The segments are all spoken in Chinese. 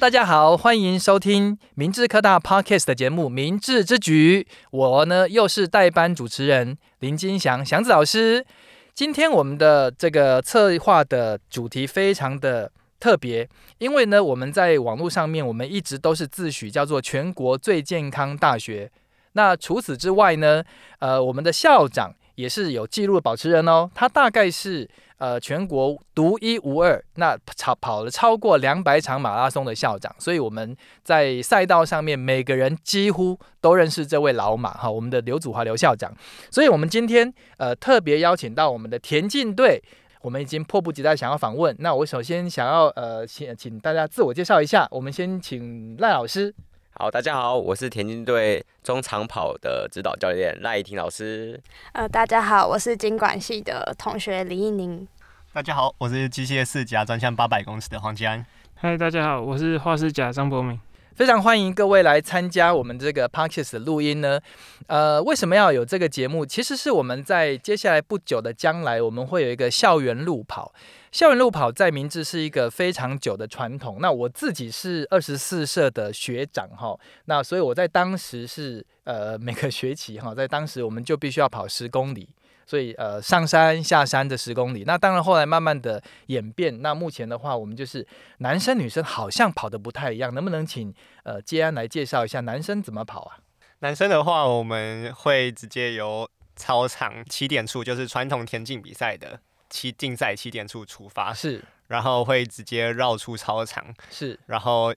大家好，欢迎收听明治科大 Podcast 的节目《明治之举》，我呢又是代班主持人林金祥祥子老师。今天我们的这个策划的主题非常的特别，因为呢我们在网络上面我们一直都是自诩叫做全国最健康大学。那除此之外呢，呃，我们的校长也是有记录的保持人哦，他大概是呃全国独一无二，那跑跑了超过两百场马拉松的校长，所以我们在赛道上面每个人几乎都认识这位老马哈，我们的刘祖华刘校长，所以我们今天呃特别邀请到我们的田径队。我们已经迫不及待想要访问。那我首先想要呃，请请大家自我介绍一下。我们先请赖老师。好，大家好，我是田径队中长跑的指导教练赖怡婷老师。呃，大家好，我是经管系的同学李一宁。大家好，我是机械四甲专项八百公尺的黄吉安。嗨，大家好，我是画师甲张博明。非常欢迎各位来参加我们这个 podcast 的录音呢。呃，为什么要有这个节目？其实是我们在接下来不久的将来，我们会有一个校园路跑。校园路跑在明治是一个非常久的传统。那我自己是二十四社的学长哈，那所以我在当时是呃每个学期哈，在当时我们就必须要跑十公里。所以呃，上山下山的十公里，那当然后来慢慢的演变，那目前的话，我们就是男生女生好像跑的不太一样，能不能请呃接安来介绍一下男生怎么跑啊？男生的话，我们会直接由操场起点处，就是传统田径比赛的起竞赛起点处出发，啊是然后会直接绕出操场，是然后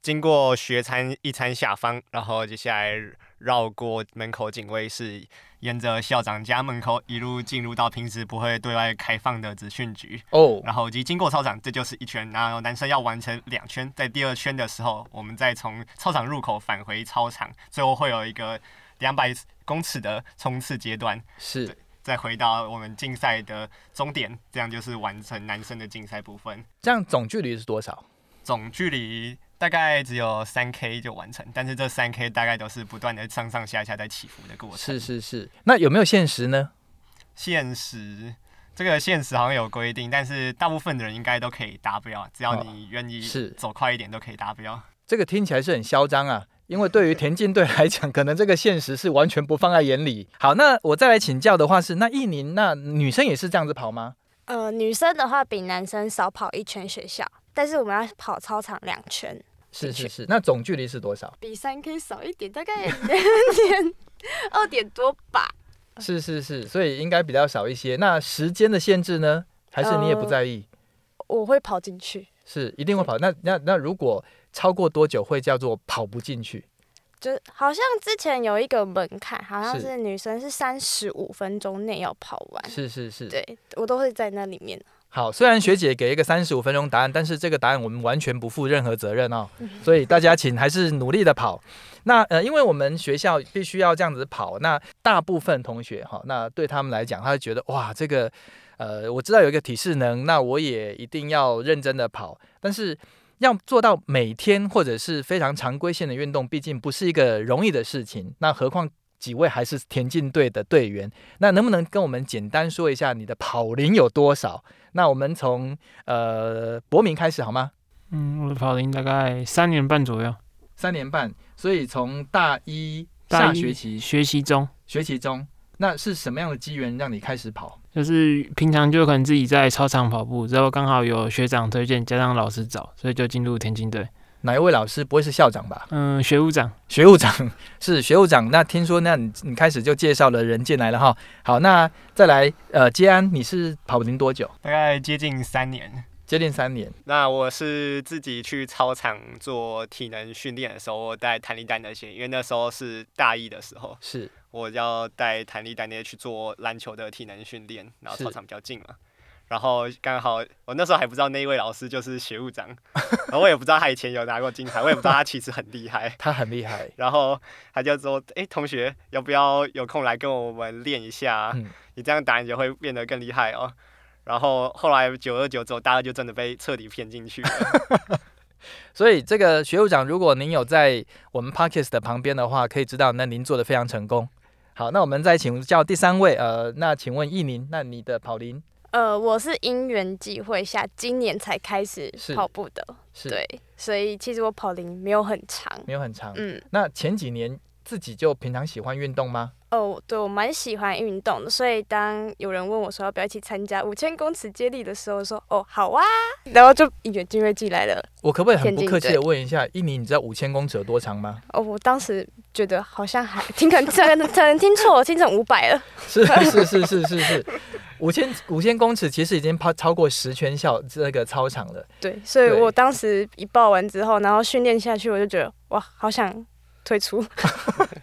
经过学餐一餐下方，然后接下来绕过门口警卫室，沿着校长家门口一路进入到平时不会对外开放的资讯局。哦，然后以及经过操场，这就是一圈。然后男生要完成两圈，在第二圈的时候，我们再从操场入口返回操场，最后会有一个两百公尺的冲刺阶段，是再回到我们竞赛的终点，这样就是完成男生的竞赛部分。这样总距离是多少？总距离大概只有三 K 就完成，但是这三 K 大概都是不断的上上下下在起伏的过程。是是是，那有没有限时呢？限时，这个限时好像有规定，但是大部分的人应该都可以达标，只要哦你愿意是走快一点都可以达标。这个听起来是很嚣张啊，因为对于田径队来讲，可能这个现实是完全不放在眼里。好，那我再来请教的话是，那一宁那女生也是这样子跑吗？呃，女生的话比男生少跑一圈学校，但是我们要跑操场两圈，是是是，那总距离是多少？比三 K 少一点，大概两点二点多吧。是是是，所以应该比较少一些。那时间的限制呢？还是你也不在意？ 我会跑进去，是一定会跑。那那那如果超过多久会叫做跑不进去？就好像之前有一个门槛，好像是是女生是三十五分钟内要跑完。是是是，对，我都会在那里面。好，虽然学姐给一个三十五分钟答案，但是这个答案我们完全不负任何责任哦，所以大家请还是努力的跑。那呃，因为我们学校必须要这样子跑，那大部分同学哈、那对他们来讲，他会觉得哇，这个呃，我知道有一个体适能，那我也一定要认真的跑，但是。要做到每天或者是非常常规性的运动，毕竟不是一个容易的事情。那何况几位还是田径队的队员，那能不能跟我们简单说一下你的跑龄有多少？那我们从呃博明开始好吗？嗯，我的跑龄大概三年半左右，三年半，所以从大一大下一学期学习中，学期中，那是什么样的机缘让你开始跑？就是平常就可能自己在操场跑步，之后刚好有学长推荐，加上老师找，所以就进入田径队。哪一位老师？不会是校长吧？嗯，学务长，学务长 是学务长。那听说，那你你开始就介绍了人进来了哈。好，那再来，呃，接安，你是跑龄多久？大概接近三年。接近三年。那我是自己去操场做体能训练的时候，我带弹力带那些，因为那时候是大一的时候，是我要带弹力带那些去做篮球的体能训练，然后是操场比较近嘛。然后刚好我那时候还不知道那一位老师就是学务长， 然后我也不知道他以前有拿过金牌，我也不知道他其实很厉害。他很厉害。然后他就说：“哎，同学，要不要有空来跟我们练一下啊？嗯你这样打，你就会变得更厉害哦。”然后后来久而久之，大家就真的被彻底骗进去了。所以这个学务长，如果您有在我们 Parkes 的旁边的话，可以知道，那您做的非常成功。好，那我们再请叫第三位，呃，那请问易宁，那你的跑龄呃，我是因缘际会下今年才开始是跑步的，是对，所以其实我跑龄没有很长，没有很长。嗯，那前几年自己就平常喜欢运动吗？哦，对我蛮喜欢运动的，所以当有人问我说要不要一起参加五千公尺接力的时候，我说哦好啊，然后就一眼就会进来了。我可不可以很田不径客气队的问一下，印尼你知道五千公尺有多长吗？ 哦，我当时觉得好像还听可能可能可能听错，了，听成五百了。是是是是是是，五千五千公尺其实已经超超过十圈校这个操场了。对，所以对我当时一报完之后，然后训练下去，我就觉得哇，好想退出。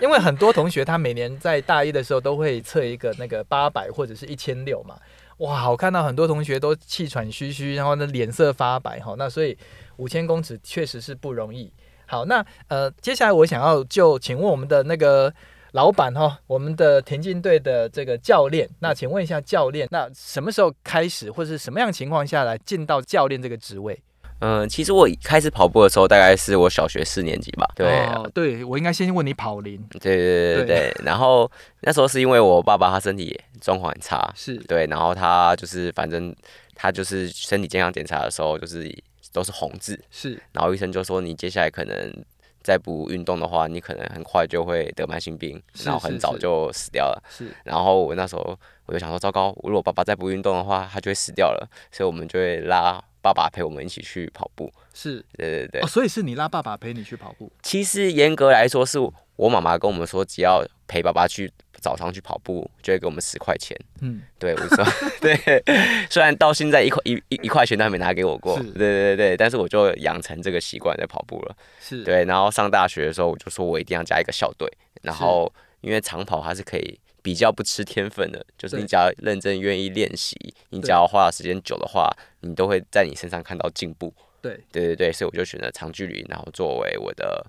因为很多同学他每年在大一的时候都会测一个那个八百或者是一千六嘛，哇，我看到很多同学都气喘吁吁，然后呢脸色发白哈，那所以五千公尺确实是不容易。好，那呃，接下来我想要就请问我们的那个老板哈，我们的田径队的这个教练，那请问一下教练，那什么时候开始或者是什么样情况下来进到教练这个职位？嗯，其实我一开始跑步的时候，大概是我小学四年级吧。对，哦对我应该先问你跑龄对对对对对。然后那时候是因为我爸爸他身体状况很差，是对，然后他就是反正他就是身体健康检查的时候就是都是红字，是然后医生就说你接下来可能再不运动的话，你可能很快就会得慢性病，是然后是很早是就死掉了。是然后我那时候我就想说，糟糕，如果爸爸再不运动的话，他就会死掉了，所以我们就会拉爸爸陪我们一起去跑步。是对对对哦，，所以是你拉爸爸陪你去跑步。其实严格来说，是我妈妈跟我们说，只要陪爸爸去早上去跑步，就会给我们十块钱。嗯，对，我说 对，虽然到现在一块一一一块钱都还没拿给我过，是对对对对，但是我就养成这个习惯在跑步了。是，对，然后上大学的时候，我就说我一定要加一个校队，然是后因为长跑它是可以比较不吃天分的，就是你对只要认真愿意练习，你只对要花的时间久的话，你都会在你身上看到进步。对，对对对，所以我就选择长距离，然后作为我的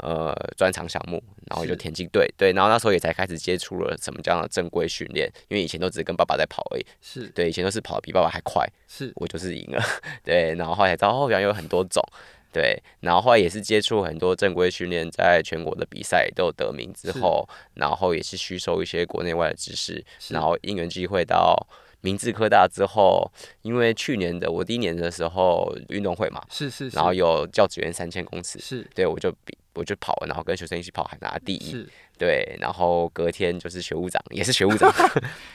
呃专长项目，然后就是田径队，对，然后那时候也才开始接触了什么叫做正规训练，因为以前都只是跟爸爸在跑而已，是对，以前都是跑得比爸爸还快，是我就是赢了， 对，然后后来才知道哦，原来有很多种，对，然后后来也是接触很多正规训练，在全国的比赛都有得名之是后，然后也是吸收一些国内外的知识，是然后因缘际会到明治科大之后，因为去年的我第一年的时候运动会嘛，是是是，然后有教职员三千公尺，是对我就比我就跑，然后跟学生一起跑，还拿第一，是对，然后隔天就是学务长，也是学 务长，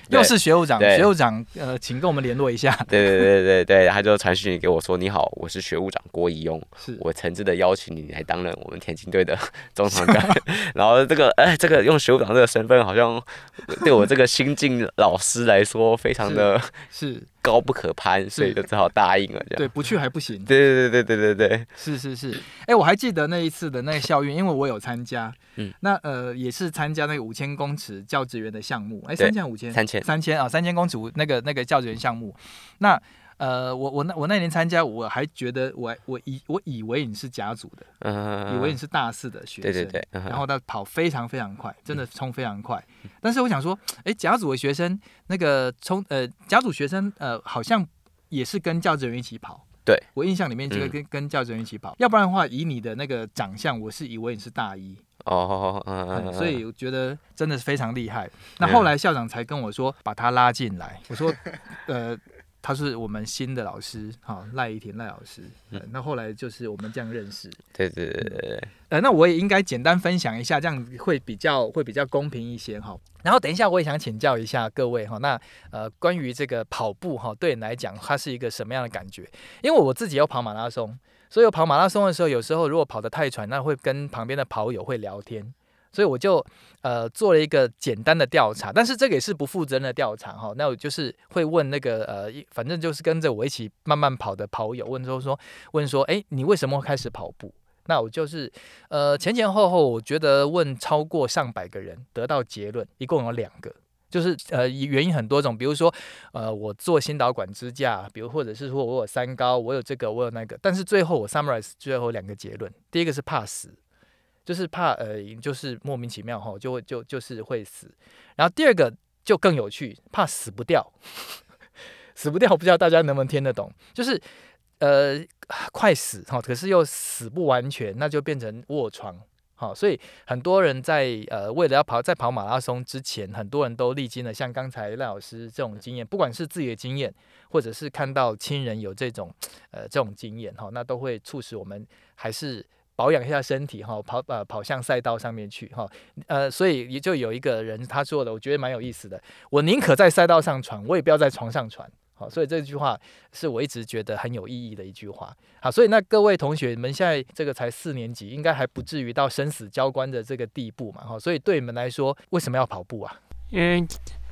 又是学务长，对学务长呃，请跟我们联络一 下。对，对对对对对，他就传讯息给我说，你好，我是学务长郭怡庸，是我诚挚的邀请你来担任我们田径 队的中场教练，然后这个哎，这个用学务长这个身份，好像对我这个新进老师来说，非常是的是，高不可攀，所以是就只好答应了这对，样。不去还不行。啊对对对对对对，是是是，哎，我还记得那一次的那个校运，因为我有参加，嗯，那呃也是参加那个五千公尺教职员的项目，哎，对三千五千，三千三千啊，三千公尺那个那个教职员项目，那。呃，我我那我那年参加，我还觉得我我以我以为你是甲组的，嗯，以为你是大四的学生，对对嗯对，然然后他跑非常非常快，真的冲非常快。嗯但是我想说，诶，甲组的学生那个冲呃，甲组学生呃，好像也是跟教职员一起跑。对我印象里面这个嗯跟、跟教职员一起跑，要不然的话，以你的那个长相，我是以为你是大一，哦，嗯嗯，嗯嗯所以我觉得真的是非常厉害。那嗯后来校长才跟我说把他拉进来，我说，呃。他是我们新的老师，好赖依婷赖老师、嗯呃那后来就是我们这样认识，对对对对对，呃，那我也应该简单分享一下，这样会比较会比较公平一些哈。然后等一下我也想请教一下各位哈，那呃，关于这个跑步哈，对你来讲它是一个什么样的感觉？因为我自己有跑马拉松，所以我跑马拉松的时候，有时候如果跑得太喘，那会跟旁边的跑友会聊天。所以我就呃做了一个简单的调查，但是这个也是不负责任的调查哈。那我就是会问那个呃，一反正就是跟着我一起慢慢跑的跑友，问说说问说，哎，你为什么会开始跑步？那我就是呃，前前后后，我觉得问超过上百个人，得到结论一共有两个，就是呃原因很多种，比如说呃我做心导管支架，比如或者是说我有三高，我有这个，我有那个，但是最后我 summarize 最后两个结论，第一个是怕死，就是怕呃就是莫名其妙哈，就会就就是会死，然后第二个就更有趣，怕死不掉， 死不掉，不知道大家能不能听得懂，就是呃快死哈，可是又死不完全，那就变成卧床好、所以很多人在呃为了要跑在跑马拉松之前，很多人都历经了像刚才赖老师这种经验，不管是自己的经验，或者是看到亲人有这种呃这种经验哈、那都会促使我们还是。保养一下身体哈、跑呃跑向赛道上面去哈、呃，所以也就有一个人他做的，我觉得蛮有意思的。我宁可在赛道上喘，我也不要在床上喘。好，所以这句话是我一直觉得很有意义的一句话。好，所以那各位同学，你们现在这个才四年级，应该还不至于到生死交关的这个地步嘛。哈，所以对你们来说，为什么要跑步啊？因为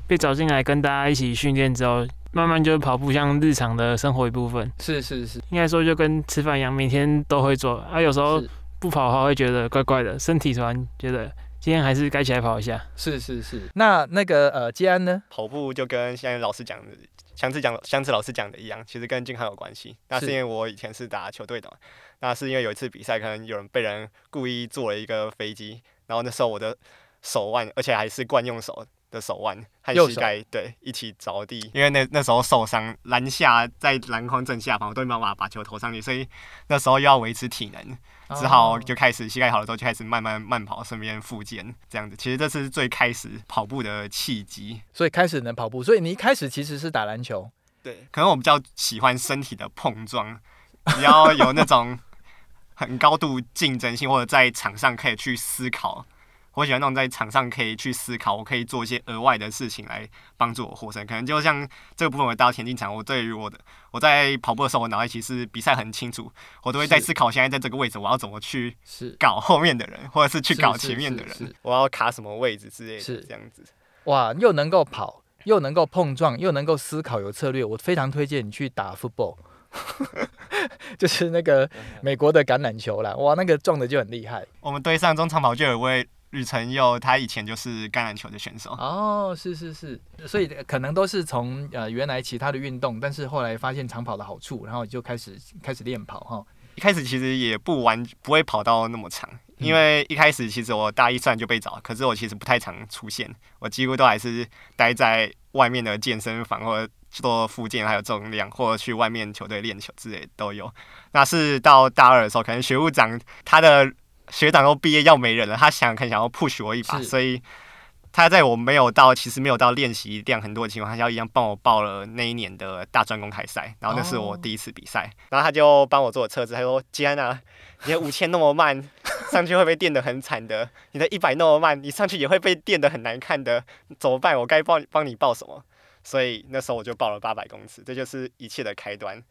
被找进来跟大家一起训练之后，慢慢就跑步像日常的生活一部分，是是是，应该说就跟吃饭一样，每天都会做。啊，有时候是不跑的话会觉得怪怪的，身体突然觉得今天还是该起来跑一下。是是是。那那个呃，接安呢？跑步就跟现在老师讲的，相次讲相次老师讲的一样，其实跟健康有关系。那是是因为我以前是打球队的嘛，那是因为有一次比赛，可能有人被人故意做了一个飞机，然后那时候我的手腕，而且还是惯用手的手腕和右膝手盖对一起着地，因为那那时候受伤，篮下在篮筐正下方，我都没办法把球投上去，所以那时候又要维持体能，只好哦就开始膝盖好了之后就开始慢慢慢跑，顺便复健这样子。其实这是最开始跑步的契机。所以开始能跑步，所以你一开始其实是打篮球，对，可能我比较喜欢身体的碰撞， 比较有那种 很高度竞争性，或者在场上可以去思考。我喜欢那种在场上可以去思考，我可以做一些额外的事情来帮助我获胜。可能就像这个部分，我到田径场，我对于我的我在跑步的时候，我脑袋其实比赛很清楚，我都会在是思考现在在这个位置我要怎么去是搞后面的人，或者是去是搞是前面是的人，是我要卡什么位置之类是的，这样子。哇，又能够跑，又能够碰撞，又能够思考，有策略，我非常推荐你去打 football，就是那个美国的橄榄球啦，哇，那个撞的就很厉害。我们队上中长跑就有一位吕成佑，他以前就是橄榄球的选手。哦，是是是，所以呃可能都是从呃原来其他的运动，但是后来发现长跑的好处，然后就开始开始练跑哈。一开始其实也不完，不会跑到那么长，因为一开始其实我大一虽然就被找，可是我其实不太常出现，我几乎都还是待在外面的健身房或者做复健，还有重量，或者去外面球队练球之类都有。那是到大二的时候，可能学务长他的学长都毕业要没人了，他想很想要 push 我一把，是所以。他在我没有到，其实没有到练习量很多的情况下，一样帮我报了那一年的大专公开赛，然后那是我哦第一次比赛，然后他就帮我做测试，他说：“吉安啊，你的五千那么慢，上去会被电得很惨的；你的一百那么慢，你上去也会被电得很难看的，怎么办？我该帮帮你报什么？”所以那时候我就报了八百公尺，这就是一切的开端。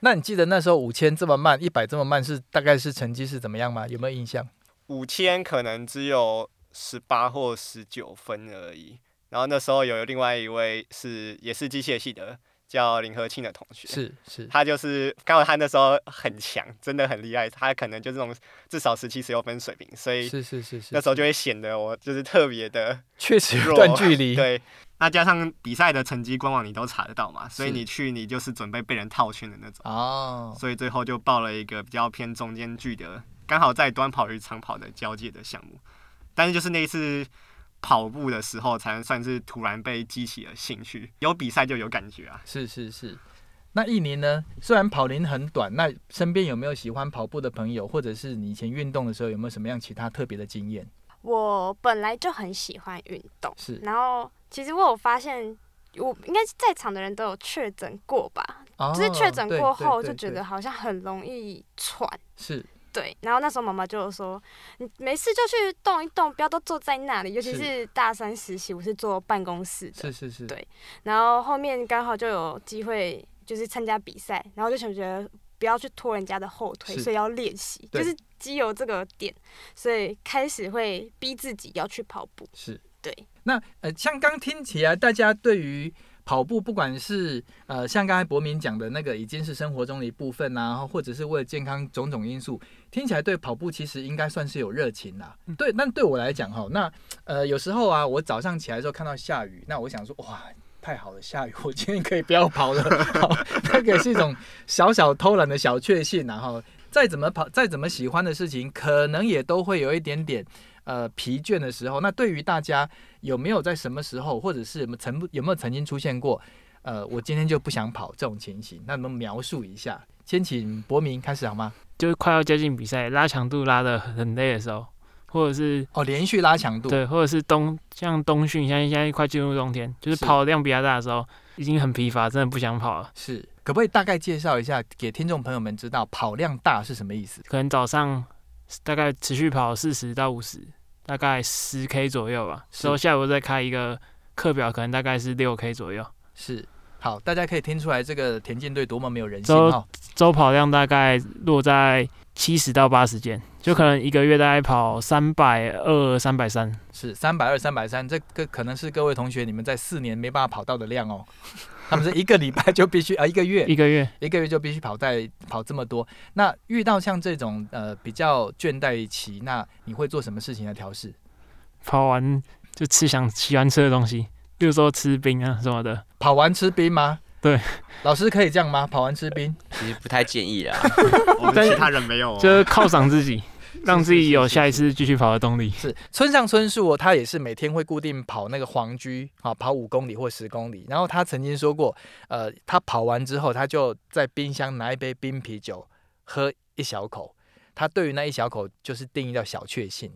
那你记得那时候五千这么慢，一百这么慢是大概是成绩是怎么样吗？有没有印象？五千可能只有十八或十九分而已。然后那时候有另外一位是也是机械系的，叫林和庆的同学，是是他就是刚好他那时候很强，真的很厉害，他可能就这种至少十七十六分水平，所以是是是那是，时候就会显得我就是特 别的确实有弱，段距离。对，那加上比赛的成绩官网你都查得到嘛，所以是你去你就是准备被人套圈的那种，哦，所以最后就报了一个比较偏中间距的，刚好在短跑与长跑的交界的项目。但是就是那一次跑步的时候，才算是突然被激起了兴趣，有比赛就有感觉 啊。是是是。那一年呢？虽然跑龄很短，那身边有没有喜欢跑步的朋友，或者是你以前运动的时候有没有什么样其他特别的经验？ 我本来就很喜欢运动，是然后其实我有发现，我应该是在场的人都有确诊过吧，哦就是确诊对过对后对就觉对得好像很容易喘。是对，然后那时候妈妈就有说，你没事就去动一动，不要都坐在那里。尤其是是大三实习，我是坐办公室的，是是是，对然后后面刚好就有机会就是参加比赛，然后就想觉得不要去拖人家的后腿，是所以要练习，对就是基由这个点，所以开始会逼自己要去跑步。是，对。那呃，像刚听起来，大家对于跑步，不管是呃，像刚才博明讲的那个，已经是生活中的一部分啊，或者是为了健康种种因素，听起来对跑步其实应该算是有热情啦。对，但对我来讲哈，那呃，有时候啊，我早上起来的时候看到下雨，那我想说，哇。太好了，下雨，我今天可以不要跑了。好，那个是一种小小偷懒的小确幸、啊，然后再怎么跑，再怎么喜欢的事情，可能也都会有一点点呃疲倦的时候，那对于大家有没有在什么时候，或者是有没有曾不有没有曾经出现过，呃，我今天就不想跑这种情形？那能描述一下？先请博明开始好吗？就是快要接近比赛，拉强度拉的很累的时候，或者是哦，连续拉强度，对，或者是冬像冬训，现在现在快进入冬天，就是是跑的量比较大的时候，已经很疲乏，真的不想跑了。是。可不可以大概介绍一下，给听众朋友们知道跑量大是什么意思？可能早上大概持续跑四十到五十，大概十 K 左右吧。是之后下午再开一个课表，可能大概是六 K 左右。是。好，大家可以听出来这个田径队多么没有人性周哈、哦。周跑量大概落在七十到八十间，就可能一个月大概跑三百二、三百三。是三百二、三百三，这个可能是各位同学你们在四年没办法跑到的量哦。 他们是一个礼拜就必须啊、一个月一个月一个月就必须跑在跑这么多。那遇到像这种呃比较倦怠期，那你会做什么事情来调试？跑完就吃想喜欢吃的东西，比如说吃冰啊什么的。跑完吃冰吗？对，老师可以这样吗？跑完吃冰，其实不太建议啦。我们其他人没有哦， 就是犒赏自己，让自己有下一次继续跑的动 力。是村上春树、哦，他也是每天会固定跑那个黄居啊，跑五公里或十公里。然后他曾经说过，呃，他跑完之后，他就在冰箱拿一杯冰啤酒喝一小口，他对于那一小口就是定义叫小确幸。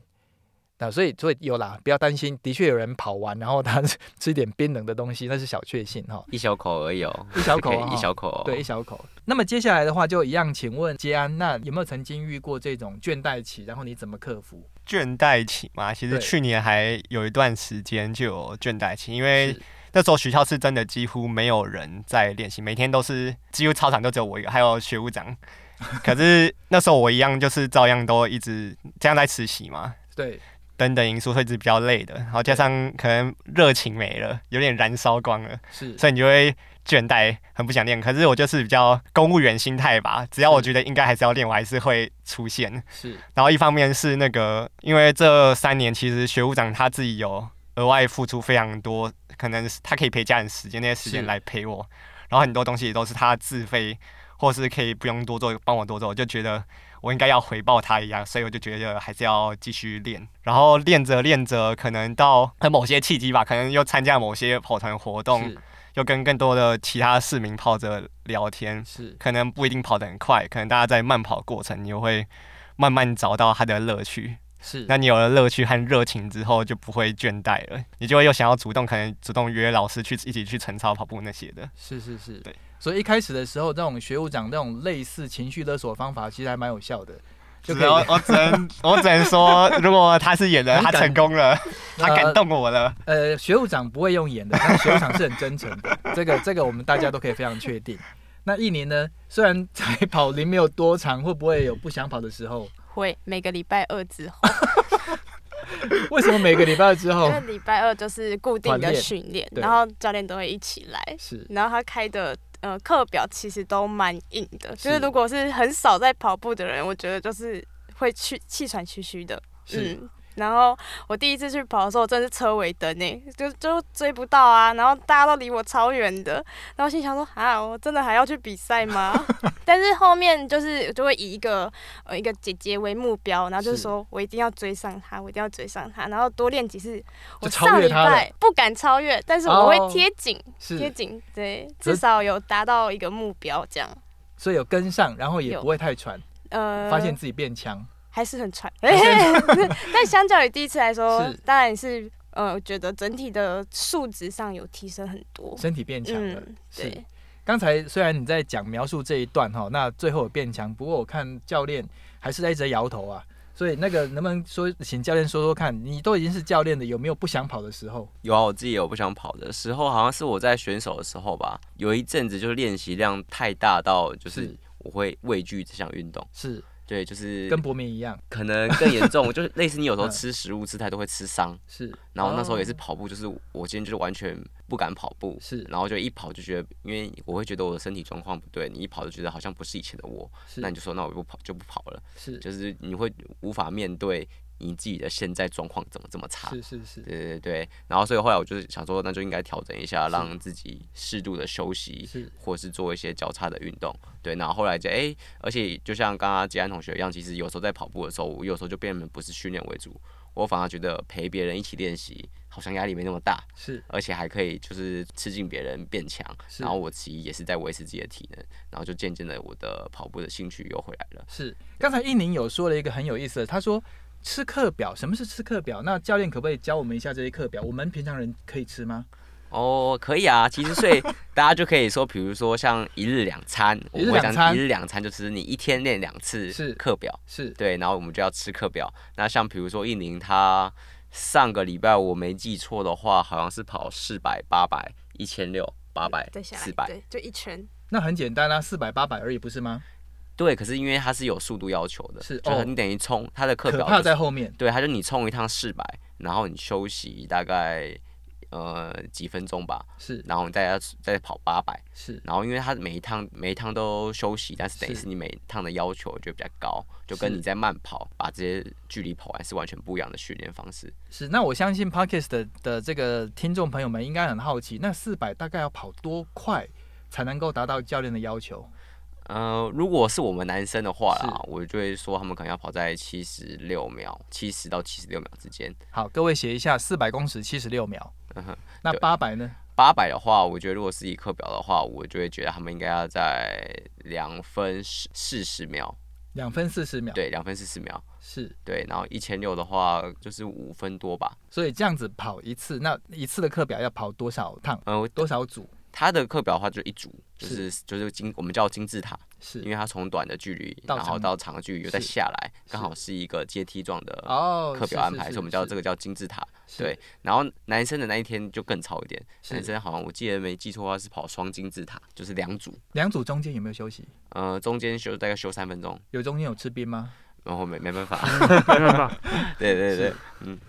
那所以，所以有啦，不要担心，的确有人跑完，然后他 吃一点冰冷的东西，那是小确幸哈、一小口而已哦，一 小口可啊以一小口哦。对，一小口。那么接下来的话，就一样，请问杰安，那有没有曾经遇过这种倦怠期？然后你怎么克服？倦怠期嘛，其实对去年还有一段时间就有倦怠期，因为是那时候学校是真的几乎没有人在练习，每天都是几乎操场都只有我一个，还有学务长。 可是那时候我一样就是照样都一直这样在实习嘛，对，等等因素会是比较累的，然后加上可能热情没了，有点燃烧光了，是所以你就会倦怠，很不想练。可是我就是比较公务员心态吧，只要我觉得应该还是要练，我还是会出现。是然后一方面是那个，因为这三年其实学务长他自己有额外付出非常多，可能是他可以陪家人时间，那些时间是来陪我，然后很多东西也都是他自费，或是可以不用多做，帮我多做，我就觉得我应该要回报他一样，所以我就觉得还是要继续练，然后练着练着，可能到呃某些契机吧，可能又参加某些跑团活动，是又跟更多的其他市民跑者聊天，是可能不一定跑得很快，可能大家在慢跑过程，你就会慢慢找到它的乐趣。是那你有了乐趣和热情之后，就不会倦怠了，你就会又想要主动，可能主动约老师去一起去晨操跑步那些的。是是是，对。所以一开始的时候，这种学务长这种类似情绪勒索方法，其实还蛮有效的，就只可能以我哦 只能我只能说，如果他是演的，很他感成功了，他感呃动我了。呃，学务长不会用演的，但学务长是很真诚 的，这个这个我们大家都可以非常确定。那一年呢，虽然才跑龄没有多长，会不会有不想跑的时候？会每个礼拜二之后，为什么每个礼拜之后因为礼拜二就是固定团的练训练，对然后教练都会一起来，是然后他开的呃课表其实都蛮硬的，就是是如果是很少在跑步的人，我觉得就是会去气喘吁吁的，是嗯。然后我第一次去跑的时候，真是车尾灯诶，就就追不到啊，然后大家都离我超远的，然后心想说啊，我真的还要去比赛 吗？但是后面就是就会以一个呃一个姐姐为目标，然后就是是说我一定要追上她，我一定要追上她，然后多练几次。我超越上礼她了拜不敢超越，但是我哦会贴紧，贴是，紧，对，这至少有达到一个目标，这样。所以有跟上，然后也有不会太喘，呃，发现自己变强。还是很喘，现 但相较于第一次来 说是，当然是呃，我觉得整体的数值上有提升很多。身体变强了。嗯，是对，刚才虽然你在讲描述这一段哈，那最后有变强，不过我看教练还是在一直摇头啊。所以那个能不能说，请教练说说看，你都已经是教练了，有没有不想跑的时候？有啊，我自己有不想跑的时候，好像是我在选手的时候吧，有一阵子就是练习量太大到就是是我会畏惧这项运动，是对，就是跟博明一样，可能更严 重，就是类似你有时候嗯吃食物吃太多会吃伤，是然后那时候也是哦跑步，就是我今天就是完全不敢跑步，是然后就一跑就觉得，因为我会觉得我的身体状况不对，你一跑就觉得好像不是以前的我，是那你就说那我不跑就不跑了，是就是你会无法面对你自己的现在状况怎么这么差，是是是对对对，然后所以后来我就是想说，那就应该调整一下，让自己适度的休息，是或是做一些交叉的运动。对，然后后来就哎、而且就像刚刚吉安同学一样，其实有时候在跑步的时候，我有时候就变成不是训练为主，我反而觉得陪别人一起练习，好像压力没那么大，是而且还可以就是吃进别人变强，是然后我其实也是在维持自己的体能，然后就渐渐的我的跑步的兴趣又回来了。是。刚才印宁有说了一个很有意思的，他说吃课表，什么是吃课表？那教练可不可以教我们一下这些课表？我们平常人可以吃吗？哦，可以啊，其 实所以大家就可以说，比如说像一日两餐，我一日们会两讲餐一日两餐，就是你一天练两次是课表，是对，然后我们就要吃课表。那像比如说印宁，他上个礼拜我没记错的话，好像是跑四百、八百、一千六、八百再、下来，四百，对，就 一圈，那很简单啊，四百八百而已，不是吗？对。可是因为它是有速度要求的，是就是哦你等于冲它的课可表、怕就是，在后面。对，他就你冲一趟四百，然后你休息大概呃几分钟吧，是然后你再要再跑八百，是然后因为它每一趟每一趟都休息，但是等于是是你每一趟的要求就比较高，就跟是你在慢跑把这些距离跑完是完全不一样的训练方式。是，那我相信 Parkes 的的这个听众朋友们应该很好奇，那四百大概要跑多快才能够达到教练的要求？呃，如果是我们男生的话啦是，我就会说他们可能要跑在七十六秒、七十到七十六秒之间。好，各位写一下，四百公尺七十六秒。嗯哼那对八百呢？八百的话，我觉得如果是以课表的话，我就会觉得他们应该要在两分四四十秒，两分四十秒。，对，两分四十秒，是。对。然后一千六的话就是五分多吧。所以这样子跑一次，那一次的课表要跑多少趟？嗯、我多少组？他的课表的话就一组，就是就是金我们叫金字塔，因是为它从短的距离，到然后长到长的距离又再是下来，是刚好是一个阶梯状的哦，课表安排，所以我们叫个这个叫金字塔。对是，然后男生的那一天就更超一点，是男生好像我记得没记错的话是跑双金字塔，就是两组，两组中间有没有休息？呃，中间休大概休三分钟，有中间有吃冰吗？然后没 没办法，没办法，对对对是，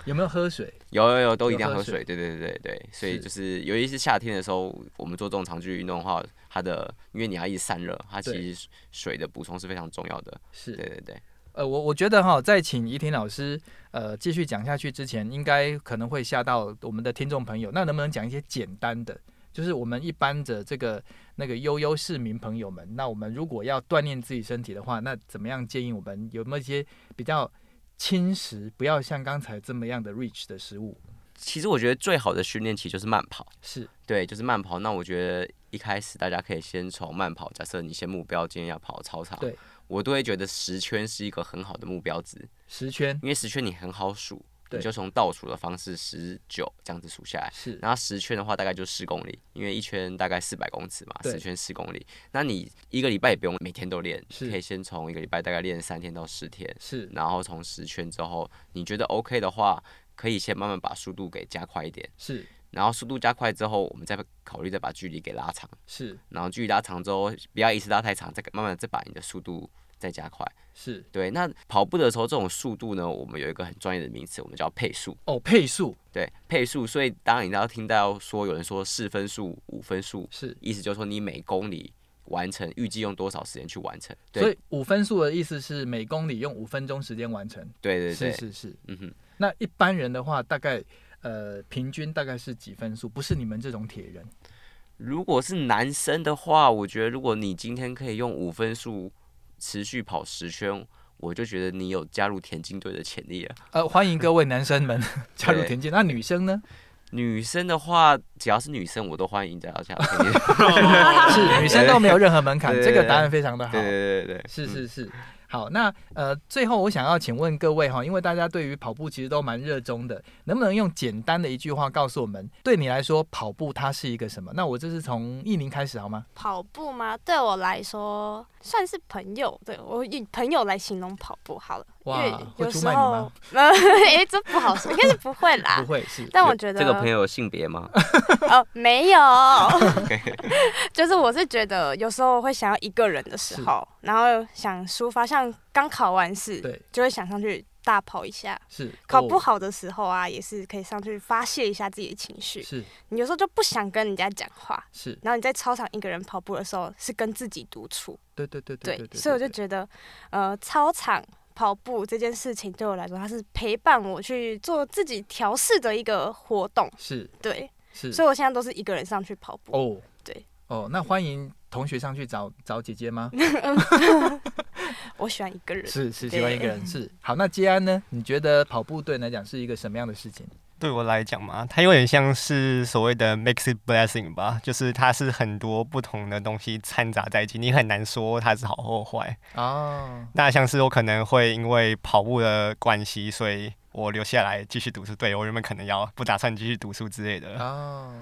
有没有喝水？有有有，都一有定要喝喝水水，对对对对对，所是以就是尤其是夏天的时候，我们做这种长距离运动的话，它的因为你要一直散热，它对其实水的补充是非常重要的，是对对对。呃，我我觉得哈，在请怡婷老师呃继续讲下去之前，应该可能会吓到我们的听众朋友。那能不能讲一些简单的？就是我们一般的这个那个悠悠市民朋友们，那我们如果要锻炼自己身体的话，那怎么样建议我们有没有一些比较轻食，不要像刚才这么样的 rich 的食物？其实我觉得最好的训练其实就是慢跑，是对，就是慢跑。那我觉得一开始大家可以先从慢跑，假设你先目标今天要跑操场，对，我都会觉得十圈是一个很好的目标值，十圈因为十圈你很好数，对你就从倒数的方式十九这样子数下来。是然后十圈的话大概就十公里，因为一圈大概四百公尺嘛，对十圈十公里。那你一个礼拜也不用每天都练，是可以先从一个礼拜大概练三天到十天，是然后从十圈之后，你觉得 OK 的话，可以先慢慢把速度给加快一点。是然后速度加快之后，我们再考虑再把距离给拉长，是然后距离拉长之后，不要一次拉太长，再慢慢地再把你的速度再加快。是对，那跑步的时候这种速度呢，我们有一个很专业的名词，我们叫配速。哦，配速对，配速。所以当你要听到说有人说四分速、五分速，是。意思就是说你每公里完成预计用多少时间去完成。对所以五分速的意思是每公里用五分钟时间完成。对对对，是是是。嗯哼。那一般人的话，大概呃平均大概是几分数？不是你们这种铁人，如果是男生的话，我觉得如果你今天可以用五分速持续跑十圈，我就觉得你有加入田径队的潜力了。呃，欢迎各位男生们 加入田径。那女生 呢？女生的话，只要是女生，我都欢迎大家加入田径 队。是女生都没有任何门槛，对这对个答案非常的好对。对对对对，是嗯是是。好，那呃，最后我想要请问各位哈，因为大家对于跑步其实都蛮热衷的，能不能用简单的一句话告诉我们，对你来说跑步它是一个什么？那我这是从一零开始好吗？跑步吗？对我来说算是朋友，对我以朋友来形容跑步好了。因哇为会有出时卖你候 吗，呃，哎，这不好说，应该是不会啦不。会是但我有觉得这个朋友有性别吗？ 哦，没 有， 就是我是觉得有时候会想要一个人的时候，然后想抒发，像刚考完试，对就会想上去大跑一下。是考不哦好的时候啊，也是可以上去发泄一下自己的情绪。是你有时候就不想跟人家讲话，是，然后你在操场一个人跑步的时候，是跟自己独处。对对对对对对，所以我就对觉得，呃，操场跑步这件事情对我来说，它是陪伴我去做自己调试的一个活动。是对，是所以我现在都是一个人上去跑步。哦，对，哦，那欢迎同学上去找找姐姐 吗？我喜欢一个人。是是，对 喜欢一个人是。好，那接安呢？你觉得跑步对你来讲是一个什么样的事情？对我来讲嘛，它有点像是所谓的 mixed blessing 吧，就是它是很多不同的东西掺杂在一起，你很难说它是好或坏。哦，那像是我可能会因为跑步的关系，所以我留下来继续读书。对我原本可能要不打算继续读书之类的，哦，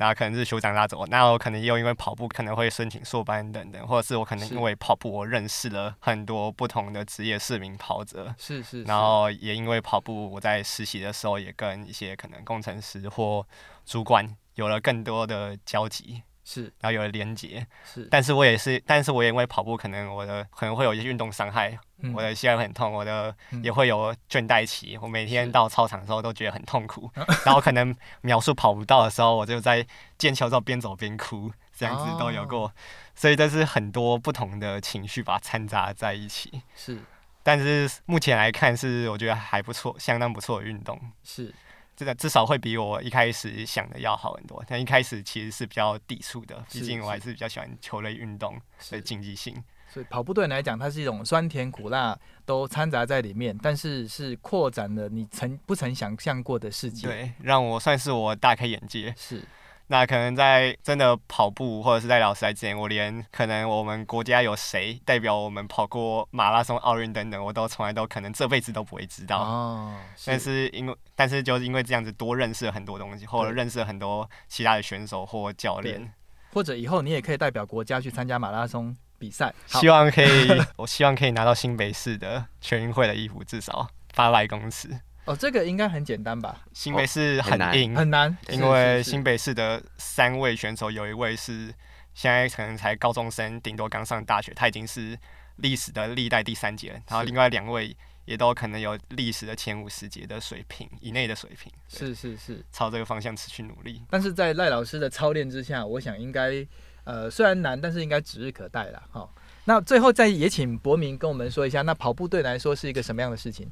那可能是酋长拉走我。那我可能又因为跑步可能会申请硕班等等，或者是我可能是因为跑步我认识了很多不同的职业市民跑者。是是，然后也因为跑步，我在实习的时候也跟一些可能工程师或主管有了更多的交集，是然后有了连接。是，但是我也是，但是我也因为跑步，可能我的可能会有一些运动伤害，嗯我的膝盖会很痛，我的嗯也会有倦怠期。我每天到操场的时候都觉得很痛苦，嗯然后可能秒数跑不到的时候，我就在剑桥上边走边哭，这样子都有过。哦所以这是很多不同的情绪把它掺杂在一起。是但是目前来看，是我觉得还不错，相当不错的运动。是这个至少会比我一开始想的要好很多。但一开始其实是比较抵触的，是毕竟我还是比较喜欢球类运动的是，竞技性。所以跑步对你来讲，它是一种酸甜苦辣都掺杂在里面，但是是扩展了你曾不曾想象过的世界。对，让我算是我大开眼界。是那可能在真的跑步或者是在老师来之前，我连可能我们国家有谁代表我们跑过马拉松、奥运等等，我都从来都可能这辈子都不会知道。哦，但是因为，但是就是因为这样子多认识了很多东西，或者对认识了很多其他的选手或教练，或者以后你也可以代表国家去参加马拉松比赛。好希望可以， 我希望可以拿到新北市的全运会的衣服，至少八百公尺。哦，这个应该很简单吧？新北市很很难硬，很难，嗯因为是是是新北市的三位选手有一位是现在可能才高中生，顶多刚上大学，他已经是历史的历代第三节了，然后是另外两位也都可能有历史的前五十节的水平以内的水平，对是是是，朝这个方向持续努力。但是在赖老师的操练之下，我想应该呃虽然难，但是应该指日可待了哈。那最后再也请博明跟我们说一下，那跑步对你来说是一个什么样的事情？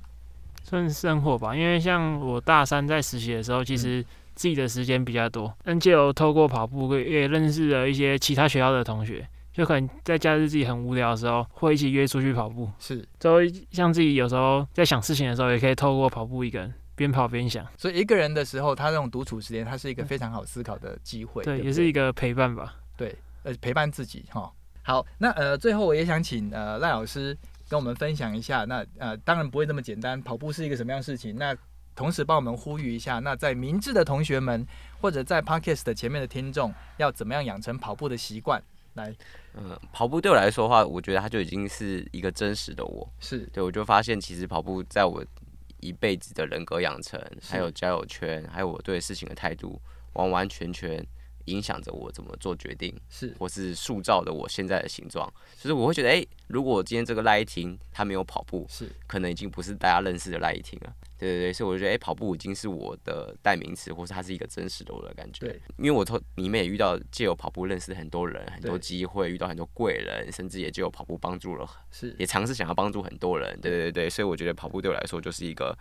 算生活吧，因为像我大三在实习的时候，其实自己的时间比较多，但借由透过跑步，也认识了一些其他学校的同学。就可能在假日自己很无聊的时候，会一起约出去跑步。是，之后像自己有时候在想事情的时候，也可以透过跑步一个人边跑边想，所以一个人的时候，他这种独处时间，他是一个非常好思考的机会，对，不也是一个陪伴吧。呃陪伴自己哈。好，那呃最后我也想请呃赖老师跟我们分享一下，那呃当然不会这么简单，跑步是一个什么样的事情？那同时帮我们呼吁一下，那在明智的同学们或者在 Podcast 的前面的听众，要怎么样养成跑步的习惯？ 嗯，跑步对我来说的话，我觉得它就已经是一个真实的我。是对，我就发现其实跑步在我一辈子的人格养成，还有交友圈，还有我对事情的态度，完完全全影响着我怎么做决定，是或是塑造的我现在的形状。就是我会觉得，诶，如果我今天这个赖依婷她没有跑步，是可能已经不是大家认识的赖依婷了。对对对，所以我就觉得，诶，哎跑步已经是我的代名词，或是它是一个真实的我的感觉。对，因为我从里面也遇到借由跑步认识很多人，很多对机会，遇到很多贵人，甚至也借由跑步帮助了是也尝试想要帮助很多人，对对对，所以我觉得跑步对我来说就是一个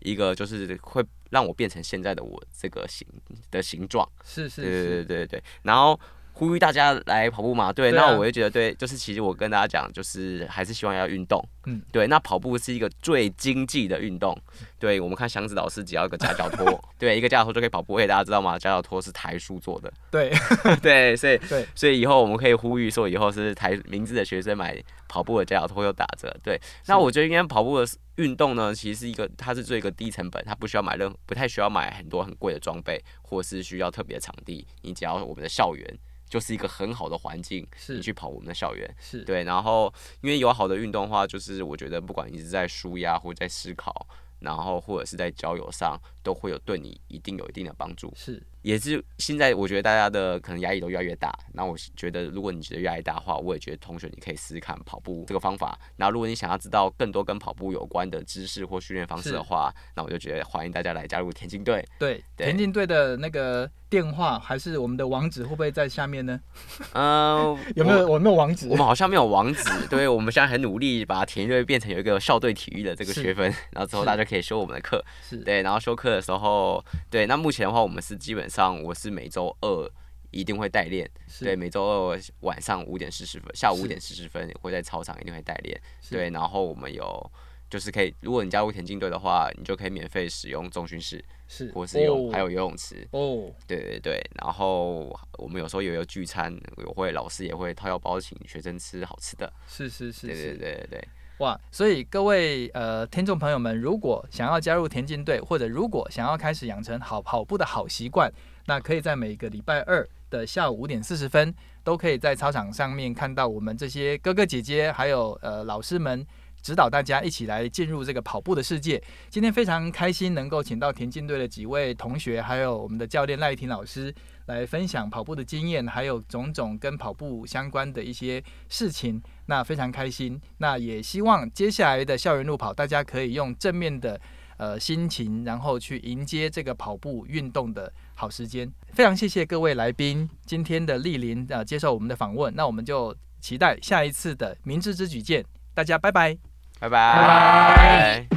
一个就是会让我变成现在的我这个形的形状，是是对对对是，对对。然后呼吁大家来跑步嘛，对，对啊那我就觉得对，就是其实我跟大家讲，就是还是希望要运动，嗯，对。那跑步是一个最经济的运动，对我们看祥子老师只要一个夹脚拖， 对，一个夹脚拖就可以跑步，而且大家知道吗？夹脚拖是台塑做的，对 对，所以对所以以后我们可以呼吁说，以后是台明智的学生买跑步的夹脚拖又打折。对，那我觉得应该跑步的运动呢，其实是一个它是做一个低成本，它不需要买任不太需要买很多很贵的装备，或是需要特别的场地，你只要我们的校园就是一个很好的环境，是你去跑我们的校园。是对，然后因为有好的运动的话，就是我觉得不管你是在舒压或者在思考，然后或者是在交友上，都会有对你一定有一定的帮助。是也是现在，我觉得大家的可能压力都越来越大。那我觉得，如果你觉得压力大的话，我也觉得同学你可以试试看跑步这个方法。那如果你想要知道更多跟跑步有关的知识或训练方式是的话，那我就觉得欢迎大家来加入田 径队。对对田径队的那个电话还是我们的网址会不会在下面呢？嗯、有没有我没有网址我？我？们好像没有网址，对我们现在很努力把田径队变成有一个校队体育的这个是学分， 然后之后是大家就可以修我们的课。是对，然后休课的时候，对，那目前的话，我们是基本上我是每周二一定会代练，是对，每周二晚上五点四十分，下午是五点四十分会在操场一定会代练，是对，然后我们有。就是可以，如果你加入田径队的话，你就可以免费使用重训室是或是游、还有游泳池。哦，对对对，然后我们有时候也有聚餐，我会老师也会掏腰包请学生吃好吃的。是是是对是，对对对对，哇！所以各位呃听众朋友们，如果想要加入田径队，或者如果想要开始养成好跑步的好习惯，那可以在每个礼拜二的下午五点四十分，都可以在操场上面看到我们这些哥哥姐姐还有呃老师们。指导大家一起来进入这个跑步的世界。今天非常开心能够请到田径队的几位同学，还有我们的教练赖依婷老师来分享跑步的经验，还有种种跟跑步相关的一些事情。那非常开心，那也希望接下来的校园路跑，大家可以用正面的呃心情，然后去迎接这个跑步运动的好时间。非常谢谢各位来宾今天的莅临，呃，接受我们的访问。那我们就期待下一次的明智之举见，大家拜拜。拜拜。拜拜